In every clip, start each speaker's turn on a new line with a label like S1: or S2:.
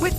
S1: With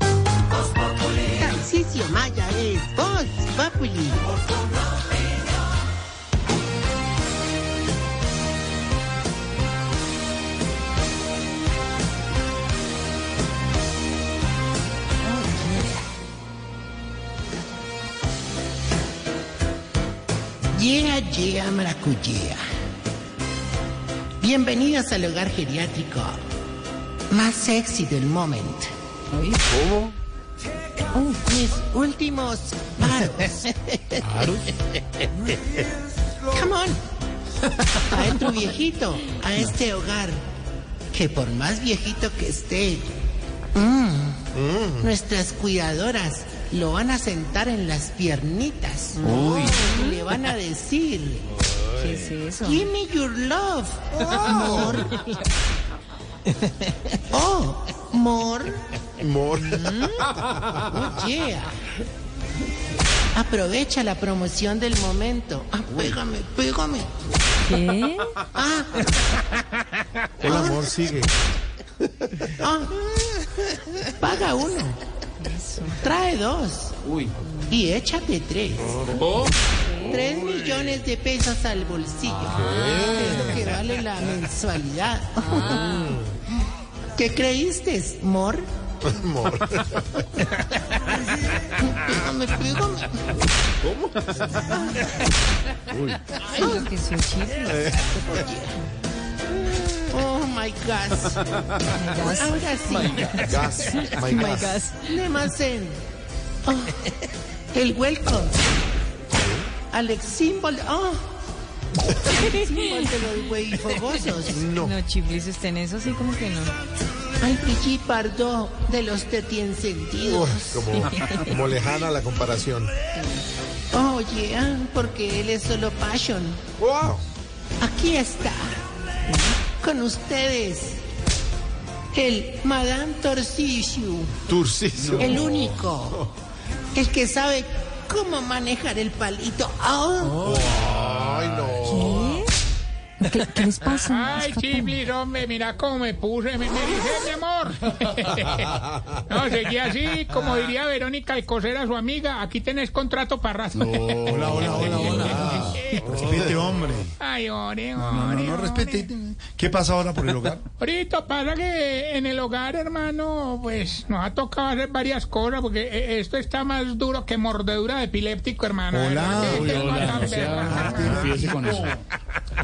S2: Tarcisio Maya eh. es Voz Populi. Yeah, yeah, maracuyá. Bienvenidos al hogar geriátrico más sexy del momento. ¿Cómo? mis últimos paros. Come on. Adentro viejito, a este hogar. Que por más viejito que esté, mm, nuestras cuidadoras lo van a sentar en las piernitas. Y Le van a decir. Give me your love. More. Oh, more. Yeah. Aprovecha la promoción del momento. Ah, pégame, pégame.
S3: El amor sigue.
S2: Ah. Paga uno. Trae dos. Y échate tres. Tres millones de pesos al bolsillo. que es lo que vale la mensualidad. ¿Qué creíste, Mor? Mor. Pégame, pégame. Oh my gas. Ahora sí. Nemasen. Oh, el welcome. Alex Symbol. Oh. El símbolo de los güeyfogosos.
S4: No. No, chiflis, usted en eso sí como que no.
S2: Ay, Pichi Pardo, de los que tienen sentido.
S3: Como, como lejana la comparación.
S2: Oh, yeah, porque él es solo passion.
S3: ¡Wow!
S2: Aquí está, con ustedes, el Madame Torcisio,
S3: Turciso.
S2: el único, el que sabe cómo manejar el palito. Ah,
S3: Ay, no.
S4: ¿Qué, les pasa?
S5: Ay, chiblis, hombre, mira cómo me puse, me, me dice mi amor. no, seguí así, como diría Verónica Alcocera, su amiga, aquí tenés contrato para rato.
S3: Hola, hola, hola, hola. Respete, hombre.
S5: Ay, ore, ore.
S3: No, no, no,
S5: ore.
S3: respete. ¿Qué pasa ahora por el hogar?
S5: Ahorita pasa que en el hogar, hermano, pues nos ha tocado hacer varias cosas, porque eh, esto está más duro que mordedura de epiléptico, hermano.
S3: Hola,
S5: ¿Verdad que
S3: hola,
S5: tengo
S3: hola,
S5: la
S3: Ah, no
S5: perra?
S3: con eso.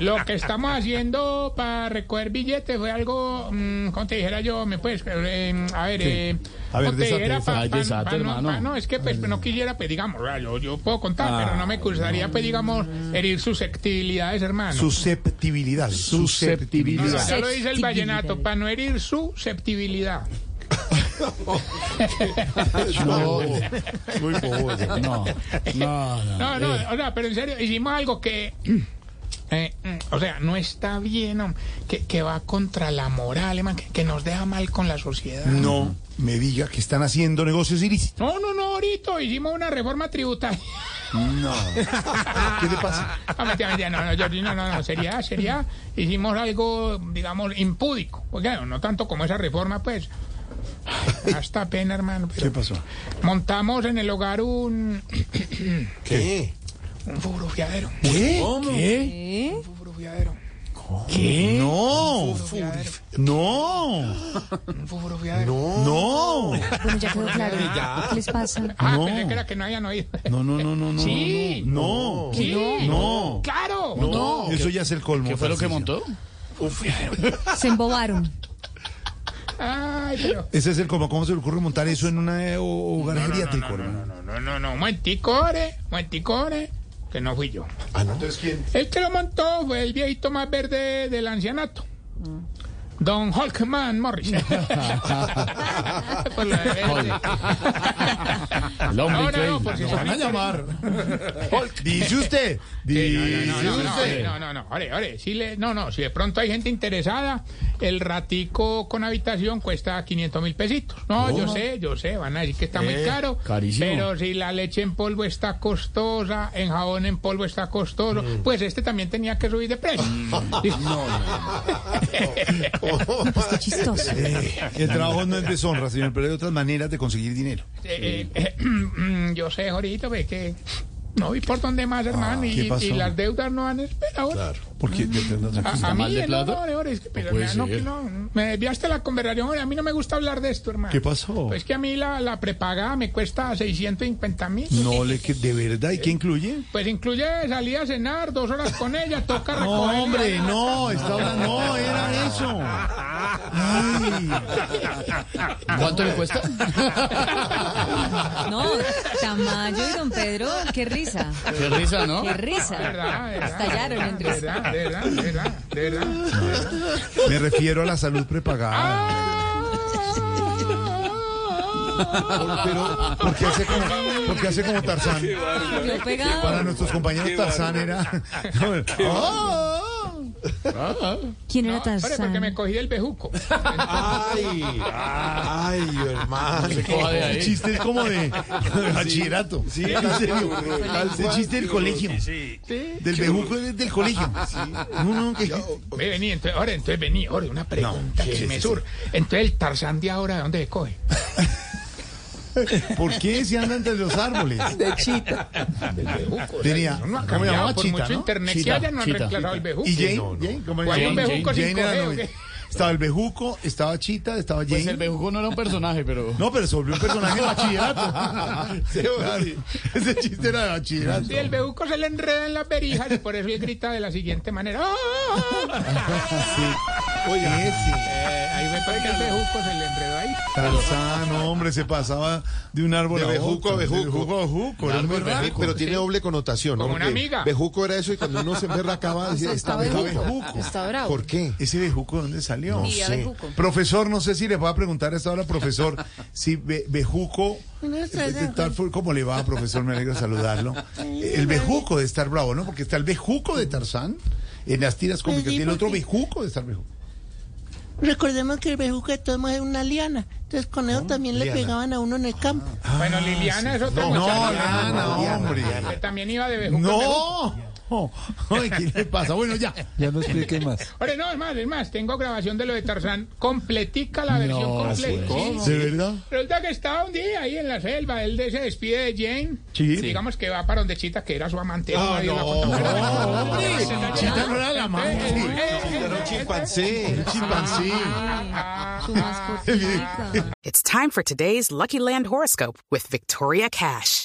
S5: Lo que estamos haciendo para recoger billetes fue algo, mm, ¿cómo te dijera yo? Me puedes, eh, a ver, eh,
S3: A ver,
S5: ¿cómo te
S3: desate,
S5: dijera
S3: desate.
S5: pa-
S3: Ay,
S5: pa-
S3: desate,
S5: pa- no,
S3: hermano.
S5: pa- no, es que pues, no quisiera, pues, digamos, ah, yo, yo puedo contar, pero
S3: Ah,
S5: no me gustaría, pues, digamos, herir susceptibilidades, hermano.
S3: Susceptibilidad.
S5: No, no,
S3: Susceptibilidad.
S5: ya lo dice el vallenato, para no herir susceptibilidad.
S3: No, muy pobre. No.
S5: No, no,
S3: Eh.
S5: o sea, pero en serio, hicimos algo que. eh, mm, o sea, no está bien, hom, que, que va contra la moral, hermano, que, que nos deja mal con la sociedad.
S3: No me diga que están haciendo negocios ilícitos.
S5: No, no, no, ahorita hicimos una reforma tributaria.
S3: No. ¿Qué le pasa?
S5: No, mentira, mentira, no, no, Jordi, no, no, no, sería, sería, hicimos algo, digamos, impúdico. Porque, claro, no tanto como esa reforma, pues. Ay, Hasta pena, hermano. pero
S3: ¿Qué pasó?
S5: Montamos en el hogar un,
S3: ¿Qué?
S5: un furufiadero.
S3: ¿Qué? ¿Qué?
S5: Un furufiadero.
S3: ¿Qué? No. No.
S5: Un furufiadero.
S3: No.
S4: Bueno, ya quedó claro. ¿Qué les pasa?
S5: Ah,
S3: No.
S5: pensé que era que no hayan oído.
S3: No, no, no, no, no.
S5: Sí.
S3: No.
S5: Sí.
S3: No.
S5: ¡Claro!
S3: No. Eso ya es el colmo. ¿Qué fue lo que montó?
S4: Se embobaron.
S5: Ay, pero.
S3: Ese es el colmo. ¿Cómo se le ocurre montar eso en un hogar geriátrico, hermano?
S5: No, no, no, no, muerticore, muerticore, que no fui yo.
S3: Ah, no. Entonces, ¿quién?
S5: El que lo montó fue el viejito más verde del ancianato. Don Hulkman Morris. Por la S.
S6: El hombre
S5: Ahora no, por si
S6: increíble.
S3: Nos
S5: se
S3: van a
S5: ahorita-
S3: llamar. Dice usted. Dice
S5: No, no, no,
S3: usted.
S5: no, no, no, ore, ore, si le- no, no, si de pronto hay gente interesada, el ratico con habitación cuesta 500 mil pesitos. No, yo sé, yo sé, van a decir que está
S3: Eh,
S5: muy caro,
S6: carísimo.
S5: pero si la leche en polvo está costosa, en jabón en polvo está costoso,
S3: Mm.
S5: pues este también tenía que subir de precio. Este,
S4: Qué chistoso.
S3: El trabajo no es deshonra, señor, pero hay otras maneras de conseguir dinero.
S5: Eh, eh, eh, yo sé, Jorito, pues que no vi por dónde más, hermano,
S3: Ah, ¿qué
S5: y,
S3: pasó?
S5: y las deudas no han esperado.
S3: Porque
S5: Ah, A, a mí,
S6: mal de
S5: el
S6: plata?
S5: honor, honor, es que, pero,
S6: puede
S5: na- no,
S6: ser.
S5: no, me desviaste la conversación, hombre, a mí no me gusta hablar de esto, hermano.
S3: ¿Qué pasó?
S5: Pues que a mí la, la prepagada me cuesta 650 mil.
S3: No le que de verdad y qué incluye.
S5: Pues incluye salir a cenar, dos horas con ella, toca
S3: No,
S5: recoger-
S3: hombre, no, está hablando, no, era eso. Ay,
S6: ¿Cuánto le cuesta?
S4: No, Tamayo y Don Pedro, qué risa.
S6: Qué risa, ¿no?
S4: Qué
S5: De verdad,
S4: risa.
S5: de verdad,
S4: Estallaron en
S5: de
S4: risa.
S5: verdad, de verdad, de verdad, de verdad.
S3: me refiero a la salud prepagada. Pero, ¿por qué hace como, por qué hace como Tarzán?
S4: Yo
S3: Para
S4: pegado.
S3: nuestros compañeros Tarzán era. Ah,
S4: ¿Quién era
S5: Hombre, porque me
S4: Tarzán?
S5: cogí el bejuco.
S7: Ay, ay, hermano.
S6: Coja de
S3: El
S6: ahí.
S3: chiste es como de de bachillerato. Sí, en serio. El chiste del colegio. Del bejuco es del colegio. No, no, que.
S5: Ve, vení, entonces, ahora, entonces vení, ahora, una pregunta que me surge. Entonces, el Tarzán de ahora, ¿de dónde se coge?
S3: ¿Por qué se anda entre los árboles?
S7: De chita.
S5: Del bejuco. o sea,
S3: Tenía.
S5: No ha
S3: ¿Cómo
S5: cambiado
S3: llamaba
S5: por
S3: Chita,
S5: mucho
S3: no?
S5: internet
S6: Chita,
S5: que haya, no han
S6: Chita.
S5: reemplazado el bejuco.
S3: ¿Y Jane? Jane, ¿Cómo
S5: ¿O hay un
S3: llamaba?
S5: bejuco sin
S3: era
S5: coger,
S3: noven-
S5: o qué?
S3: Estaba el bejuco, estaba Chita, estaba Jane.
S6: Pues el bejuco no era un personaje, pero...
S3: No, pero se volvió un personaje de bachillerato. Sí, claro. Ese chiste era de bachillerato.
S5: Si el bejuco se le enreda en las berijas y por eso él grita de la siguiente manera. ¡Ah!
S3: Oye, ese.
S5: Eh, ahí ve por qué el bejuco se le enredó ahí.
S3: Tarzán, hombre, se pasaba de un árbol
S7: De
S3: a
S7: bejuco
S3: otro.
S7: a bejuco.
S3: De bejuco a bejuco. Era
S6: Árbol,
S3: muy raro.
S6: bejuco.
S7: Pero tiene doble connotación. ¿no?
S5: Como una
S7: Porque
S5: amiga.
S7: Bejuco era eso y cuando uno se emberracaba decía, está bejuco.
S4: Está bravo.
S7: ¿Por qué?
S3: ¿Ese bejuco dónde salió?
S4: Sí, a bejuco.
S3: Profesor, no sé si les voy a preguntar a esta hora, profesor, si Be- Bejuco, eh, de Tarfur, ¿cómo le va, profesor? Me alegra saludarlo. El Bejuco de estar bravo, ¿no? Porque está el Bejuco de Tarzán en las tiras cómicas y el otro Bejuco de estar Bejuco.
S2: Recordemos que el bejuco de todos modos es una liana. Entonces con eso también le
S7: liana.
S2: pegaban a uno en el campo.
S5: Bueno, Liliana es otra
S3: No,
S5: muchacha.
S3: Lana, hombre.
S5: Que también iba de bejuco. en bejuco.
S3: ¡No! Ay, ¿Qué le pasa? Bueno, ya.
S7: Ya no expliqué más.
S5: Ahora, no, es más, es más, tengo grabación de lo de Tarzán. Completica la versión completa. Sí, sí.
S3: ¿De verdad?
S5: Resulta que estaba un día ahí en la selva, él de- se despide de Jane.
S3: Sí.
S5: Digamos que va para donde Chita, que era su amante.
S7: Ah,
S5: Ahí la
S7: no,
S5: contaminaron.
S3: hombre. Chita no era la amante.
S5: Eh, eh, eh, eh,
S7: Chimpancé.
S3: Chimpancé.
S4: Su mascotica.
S8: It's time for today's Lucky Land horoscope with Victoria Cash.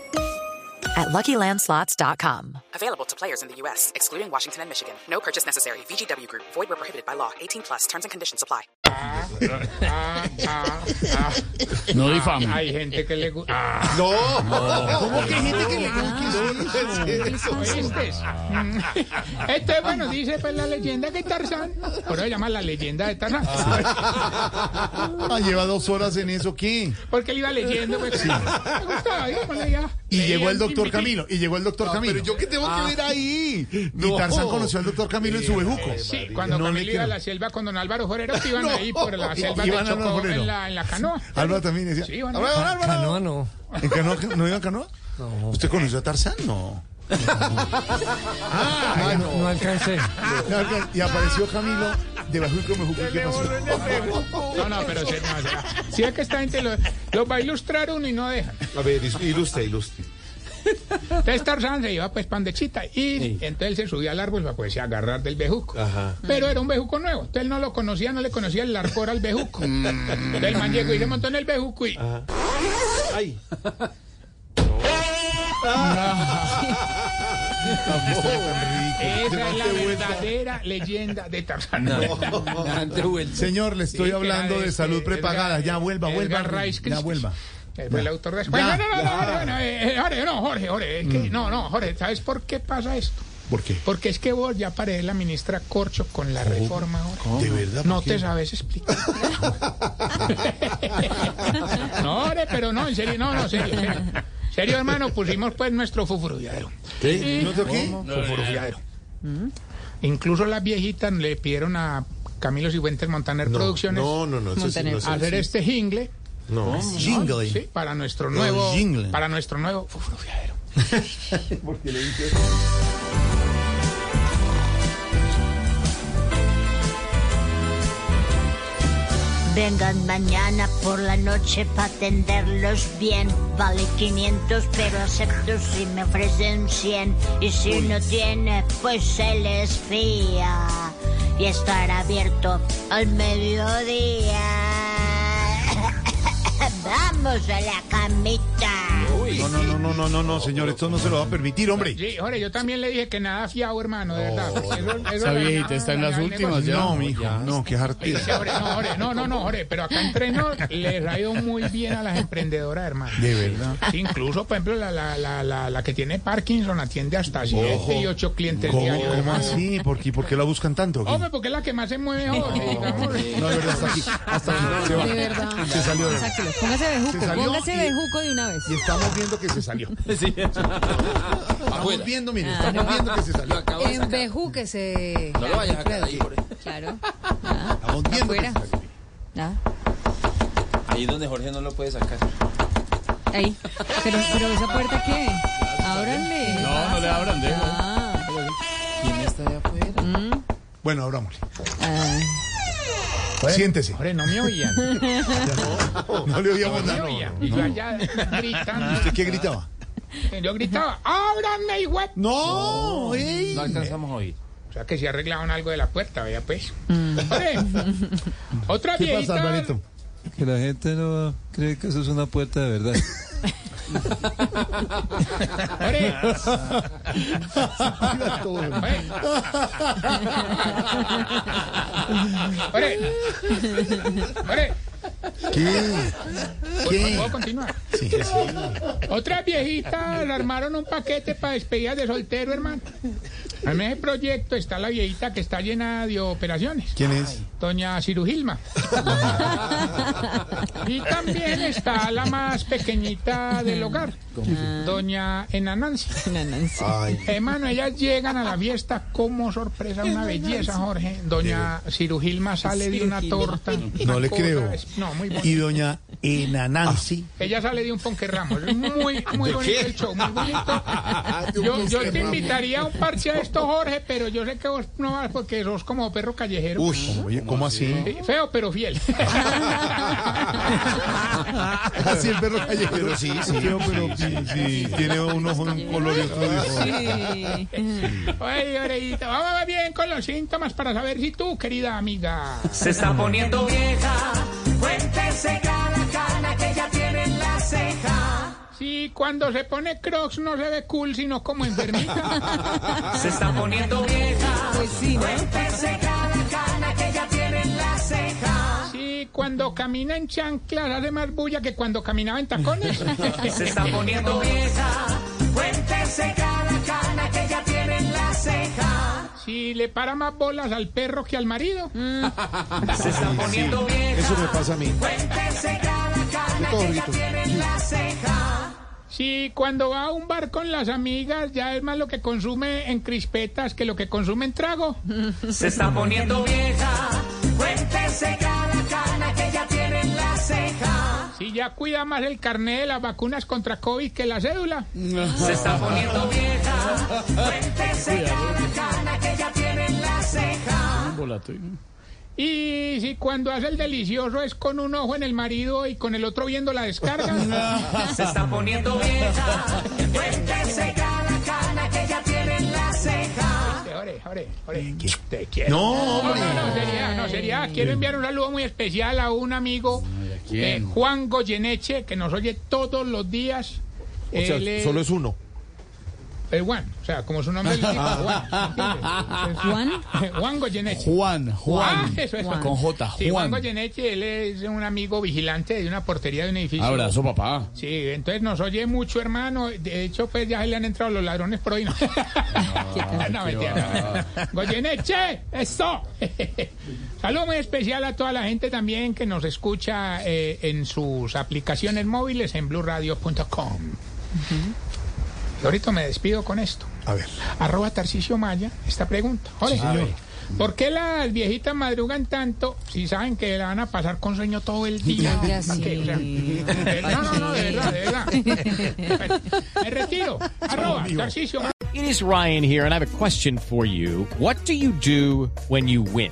S8: at luckylandslots.com. Available to players in the U.S., excluding Washington and Michigan. No purchase necessary. VGW Group, void where prohibited by law. 18 plus terms and conditions apply.
S5: ah, ah, ah.
S6: No difame.
S5: Hay gente que le gusta. Ah.
S7: No.
S3: ¿Cómo que hay gente que le
S5: ¿Oíste? Entonces, bueno, dice pues la leyenda que Tarzán, por eso se llama la leyenda de Tarzán,
S3: Ah, lleva dos horas en eso, ¿qué?
S5: porque él iba leyendo, pues, me gustaba, yo pues, leía.
S3: Y
S5: Leía
S3: llegó el doctor
S5: infinito.
S3: Camilo, y llegó el doctor Camilo. Ah.
S7: Pero yo qué tengo que ver ahí.
S3: Y Tarzán conoció al doctor Camilo en su bejuco.
S5: Sí, cuando
S3: No le
S5: Camilo iba a
S3: quiero.
S5: la selva con don Álvaro Jorero, que iban
S3: No.
S5: ahí por la selva
S3: Iban
S5: de
S3: a
S5: Chocó
S3: Álvaro Forero.
S5: en la, en la canoa.
S3: Álvaro también decía.
S5: Sí, bueno.
S3: "Álvaro, Álvaro".
S7: no.
S3: ¿En canoa? Ah, ¿No iba a canoa? ¿Usted conoció a Tarzán? No. ah, ah, no.
S7: alcancé.
S3: Claro, claro. Y apareció Camilo de bejuco en bejuco. ¿Y qué pasó?
S5: No, no, pero se, no, se- si es que esta gente lo- los va a ilustrar uno y no dejan.
S7: A ver, is- ilustre, ilustre.
S5: Entonces Tarzán se iba pues pandechita y entonces él se subía al árbol para poderse agarrar del bejuco.
S7: Ajá.
S5: Pero era un bejuco nuevo, entonces él no lo conocía, no le conocía el arcor al bejuco. Entonces el man llegó y se montó en el bejuco y...
S7: Ay.
S5: Esa es la
S3: Levante vuelta.
S5: verdadera leyenda de Tarzán.
S3: Señor, le estoy
S5: Sí,
S3: hablando
S5: era
S3: de
S5: este,
S3: salud
S5: Edgar-
S3: prepagada. Ya vuelva, vuelva.
S5: Edgar Rice
S3: Ya
S5: Christie.
S3: vuelva.
S5: Eh, fue el autor de eso.
S3: Ya,
S5: Bueno, no, no, Mm. no,
S3: ya.
S5: bueno, eh, eh, Jorge, no, Jorge, Jorge, es que- no, no, Jorge, ¿sabes por qué pasa esto?
S3: ¿Por qué?
S5: Porque es que vos ya paré la ministra Corcho con la reforma ahora.
S3: ¿De verdad?
S5: No
S3: ¿Por qué?
S5: te sabes explicar. no, hombre, pero no, en serio, no, no, serio, serio. Serio, hermano, pusimos pues nuestro fufuruviadero.
S3: ¿Qué? ¿No toqué?
S5: Fufuruviadero. Incluso las viejitas le pidieron a Camilo Cifuentes Montaner Producciones
S7: No, no, no. Eso sí, no, eso sí.
S5: hacer este jingle
S7: No.
S5: sí, para nuestro
S7: No,
S5: nuevo
S7: jingle.
S5: para nuestro nuevo fufuruviadero.
S9: Vengan mañana por la noche para atenderlos bien. Vale 500, pero acepto si me ofrecen 100. Y si no tiene, pues se les fía. Y estará abierto al mediodía. Vamos a la camita.
S3: No, no, no, no, no, no, no, señor, esto no se lo va a permitir, hombre.
S5: Sí, Jorge, yo también le dije que nada fiado, hermano, de verdad. porque eso- eso
S6: Esa
S5: era-
S6: viejita está en
S5: ah,
S6: las
S5: ya el
S6: últimas
S5: negocio.
S6: ya.
S3: No, mijo, no, qué
S5: Oye,
S3: jartera.
S5: Jorge, no, Jorge, no, no, no, Jorge, pero acá entreno les ha ido muy bien a las emprendedoras, hermano.
S3: De verdad.
S5: Sí, incluso, por ejemplo, la, la, la, la, la que tiene Parkinson atiende hasta 7 y 8 clientes
S3: ¿Cómo,
S5: diarios.
S3: cómo
S5: hermano.
S3: así? ¿Por qué, por qué la buscan tanto? aquí?
S5: Hombre, porque es la que más se mueve, Jorge, digamos.
S3: No, de verdad, hasta aquí. Hasta aquí. Se, va.
S4: De verdad.
S3: se salió. de-
S4: Sáquelo. Póngase bejuco.
S3: Se salió
S4: Póngase
S3: y-
S4: bejuco de una vez.
S3: Y estamos viendo que se salió. Estamos viendo, mire, estamos viendo que se salió.
S4: Embejúquese.
S10: No lo vayas a
S4: Alfredo.
S10: caer ahí, Jorge.
S4: Claro.
S3: Estamos viendo que
S4: Afuera.
S3: se salió.
S4: Ah,
S10: Ahí donde Jorge no lo puede sacar.
S4: ahí. Pero, pero esa puerta qué? Ábranle.
S6: No, no le abran, déjelo.
S4: Ah.
S10: ¿Quién está allá afuera?
S3: Bueno, abrámosle.
S4: ah.
S3: Siéntese.
S5: Jorge, no me oían.
S3: No le
S5: No
S3: oíamos
S5: me
S3: nada.
S5: oían. Y yo allá gritando.
S3: ¿Usted qué gritaba?
S5: Yo gritaba, ábranme, web.
S3: No, ey.
S10: No alcanzamos a oír.
S5: O sea que si arreglaban algo de la puerta, vea pues. Hombre, Otra
S3: ¿Qué pasa,
S5: viejita.
S3: Alvarito?
S11: Que la gente no cree que eso es una puerta de verdad.
S5: Hombre, hombre, hombre, hombre,
S3: ¿Qué? ¿Qué?
S5: ¿puedo continuar?
S3: Sí, sí.
S5: Otras viejitas armaron un paquete para despedidas de soltero, hermano. En ese proyecto está la viejita que está llena de operaciones.
S3: ¿Quién es?
S5: Doña Cirugilma. Y también está la más pequeñita del hogar, Doña Enanancia.
S4: Nanansi.
S3: Ay,
S5: Hermano, ellas llegan a la fiesta como sorpresa, una belleza, Jorge. Doña Cirugilma sale de una torta.
S3: no
S5: una
S3: le
S5: cosa,
S3: creo.
S5: es- No, muy
S3: Y
S5: bonito.
S3: doña Enanansi.
S5: Ella sale de un Ponque Ramos. es Muy, muy bonito el show, muy bonito. Ah, Yo, yo te invitaría a un parche de esto, Jorge, pero yo sé que vos no vas porque sos como perro callejero.
S3: Uy, oye, ¿cómo así?
S5: Sí, Feo, pero fiel.
S3: Así el perro callejero. Sí, sí. pero sí, sí, tiene un ojo de un color y otro de otro.
S4: Sí.
S5: Oye, orejita, vamos bien con los síntomas para saber si tú, querida amiga.
S12: Se está poniendo vieja. Cuéntese cada cana que ya tiene en la ceja.
S5: Si cuando se pone crocs no se ve cool, sino como enfermita.
S12: Se está poniendo vieja.
S4: Pues sí, ¿no?
S12: Cuéntese cada cana que ya tiene en la ceja.
S5: Si cuando camina en chanclas hace más bulla que cuando caminaba en tacones.
S12: Se está poniendo vieja. Cuéntese cada cana que ya tiene en la ceja.
S5: Si le para más bolas al perro que al marido.
S12: Se está poniendo vieja.
S7: Eso me pasa a mí.
S12: Cuéntese cada cana que ya tiene en la ceja.
S5: Si cuando va a un bar con las amigas ya es más lo que consume en crispetas que lo que consume en trago.
S12: Se está poniendo vieja. Cuéntese cada cana que ya tiene en la ceja.
S5: Si ya cuida más el carné de las vacunas contra COVID que la cédula.
S12: Se está poniendo vieja. Cuéntese cada cana que ya tiene en la ceja.
S6: Volato, ¿no?
S5: Y si cuando hace el delicioso es con un ojo en el marido y con el otro viendo la descarga.
S12: Se está poniendo vieja. Cuéntese cada cana que ya tiene en la ceja.
S5: Ore, ore, ore.
S3: ¿Qué?
S5: Te quiero.
S3: No,
S5: No,
S3: hombre.
S5: no, no, sería, no, sería. Quiero enviar un saludo muy especial a un amigo,
S6: quién?
S5: eh, Juan Goyeneche, que nos oye todos los días.
S7: O sea,
S5: Él es-
S7: solo es uno.
S5: es Juan, o sea, como su nombre lo indica, Juan. ¿entiendes? Entonces, Juan Goyeneche.
S13: Juan, Juan.
S5: Ah, eso, eso.
S13: Con J,
S5: Sí, Juan
S13: Juan.
S5: Goyeneche, él es un amigo vigilante de una portería de un edificio.
S13: Abrazo, papá.
S5: Sí, entonces nos oye mucho, hermano. De hecho, pues ya le han entrado los ladrones por hoy. No, Ah, no, mentira, no. Goyeneche, eso. Saludo muy especial a toda la gente también que nos escucha eh, en sus aplicaciones móviles en blurradio.com. Y ahorita me despido con esto.
S14: A ver.
S5: Arroba Tarcicio Maya, esta pregunta. Ole.
S14: Sí, señor.
S5: ¿Por qué las viejitas madrugan tanto si saben que la van a pasar con sueño todo el día?
S15: No, ya
S5: ¿Para qué? O sea,
S15: sí.
S5: de- no, no, no, de verdad, de verdad. Bueno, Me retiro. Arroba Tarcicio Maya.
S3: It is Ryan here, and I have a question for you. What do you do when you win?